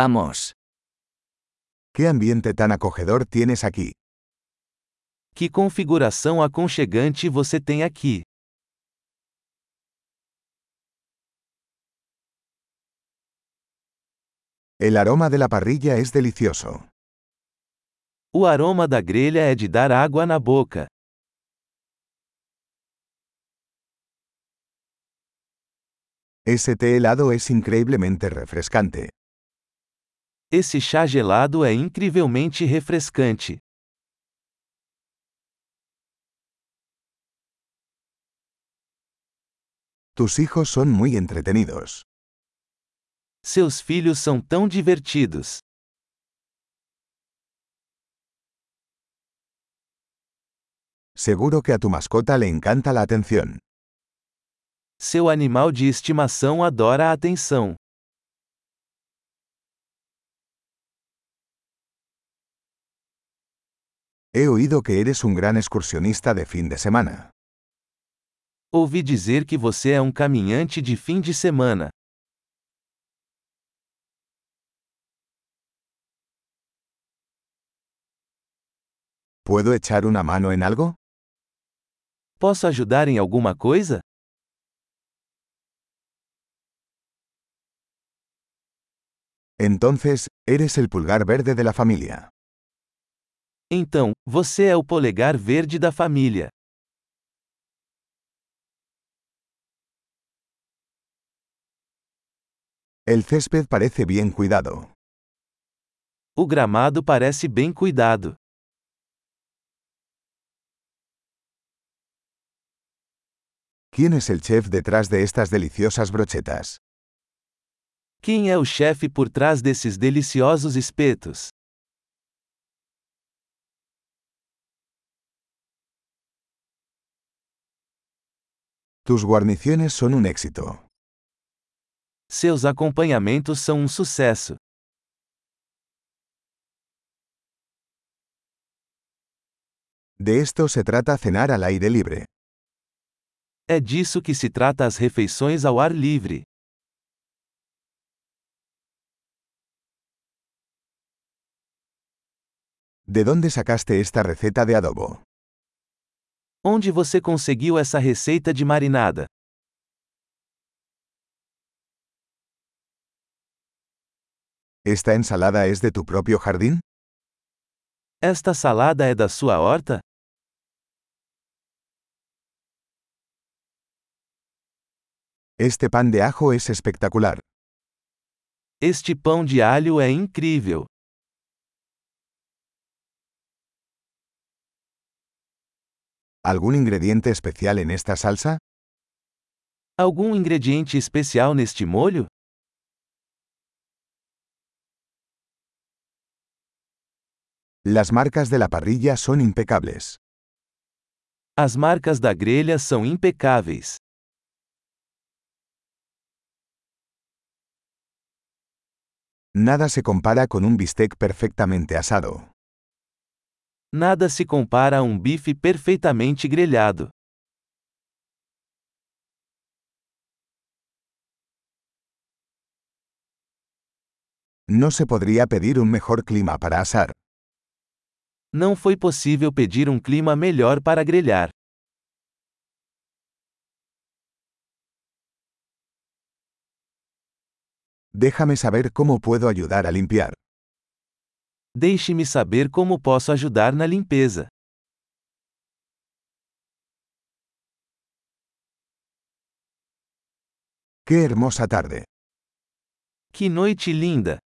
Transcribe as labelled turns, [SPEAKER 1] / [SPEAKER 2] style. [SPEAKER 1] Vamos.
[SPEAKER 2] ¿Qué ambiente tan acogedor tienes aquí?
[SPEAKER 3] Que configuração aconchegante você tem aqui.
[SPEAKER 2] El aroma de la parrilla es delicioso.
[SPEAKER 3] O aroma da grelha é de dar água na boca.
[SPEAKER 2] Ese té helado es increíblemente refrescante.
[SPEAKER 3] Esse chá gelado é incrivelmente refrescante.
[SPEAKER 2] Tus hijos son muy entretenidos.
[SPEAKER 3] Seus filhos são tão divertidos.
[SPEAKER 2] Seguro que a tu mascota le encanta la atención.
[SPEAKER 3] Seu animal de estimação adora a atenção.
[SPEAKER 2] He oído que eres un gran excursionista de fin de semana.
[SPEAKER 3] Ouvi dizer que você é um caminhante de fim de semana.
[SPEAKER 2] ¿Puedo echar una mano en algo?
[SPEAKER 3] Posso ajudar em alguma coisa?
[SPEAKER 2] Entonces, eres el pulgar verde de la familia.
[SPEAKER 3] Então, você é o polegar verde da família.
[SPEAKER 2] El césped parece bien cuidado.
[SPEAKER 3] O gramado parece bem cuidado.
[SPEAKER 2] ¿Quién es el chef detrás de estas deliciosas brochetas?
[SPEAKER 3] Quem é o chefe por trás desses deliciosos espetos?
[SPEAKER 2] Tus guarniciones son un éxito.
[SPEAKER 3] Seus acompanhamentos são um sucesso.
[SPEAKER 2] De esto se trata cenar al aire libre.
[SPEAKER 3] É disso que se trata as refeições ao ar livre.
[SPEAKER 2] ¿De dónde sacaste esta receta de adobo?
[SPEAKER 3] Onde você conseguiu essa receita de marinada?
[SPEAKER 2] ¿Esta ensalada es de tu propio jardín?
[SPEAKER 3] Esta salada é da sua horta?
[SPEAKER 2] Este pan de ajo es espectacular.
[SPEAKER 3] Este pão de alho é incrível.
[SPEAKER 2] ¿Algún ingrediente especial en esta salsa?
[SPEAKER 3] Algum ingrediente especial neste molho?
[SPEAKER 2] Las marcas de la parrilla son impecables.
[SPEAKER 3] As marcas da grelha são impecáveis.
[SPEAKER 2] Nada se compara con un bistec perfectamente asado.
[SPEAKER 3] Nada se compara a um bife perfeitamente grelhado.
[SPEAKER 2] No se podría pedir un mejor clima para asar.
[SPEAKER 3] Não foi possível pedir um clima melhor para grelhar.
[SPEAKER 2] Déjame saber cómo puedo ayudar a limpiar.
[SPEAKER 3] Deixe-me saber como posso ajudar na limpeza.
[SPEAKER 2] ¡Qué hermosa tarde!
[SPEAKER 3] Que noite linda!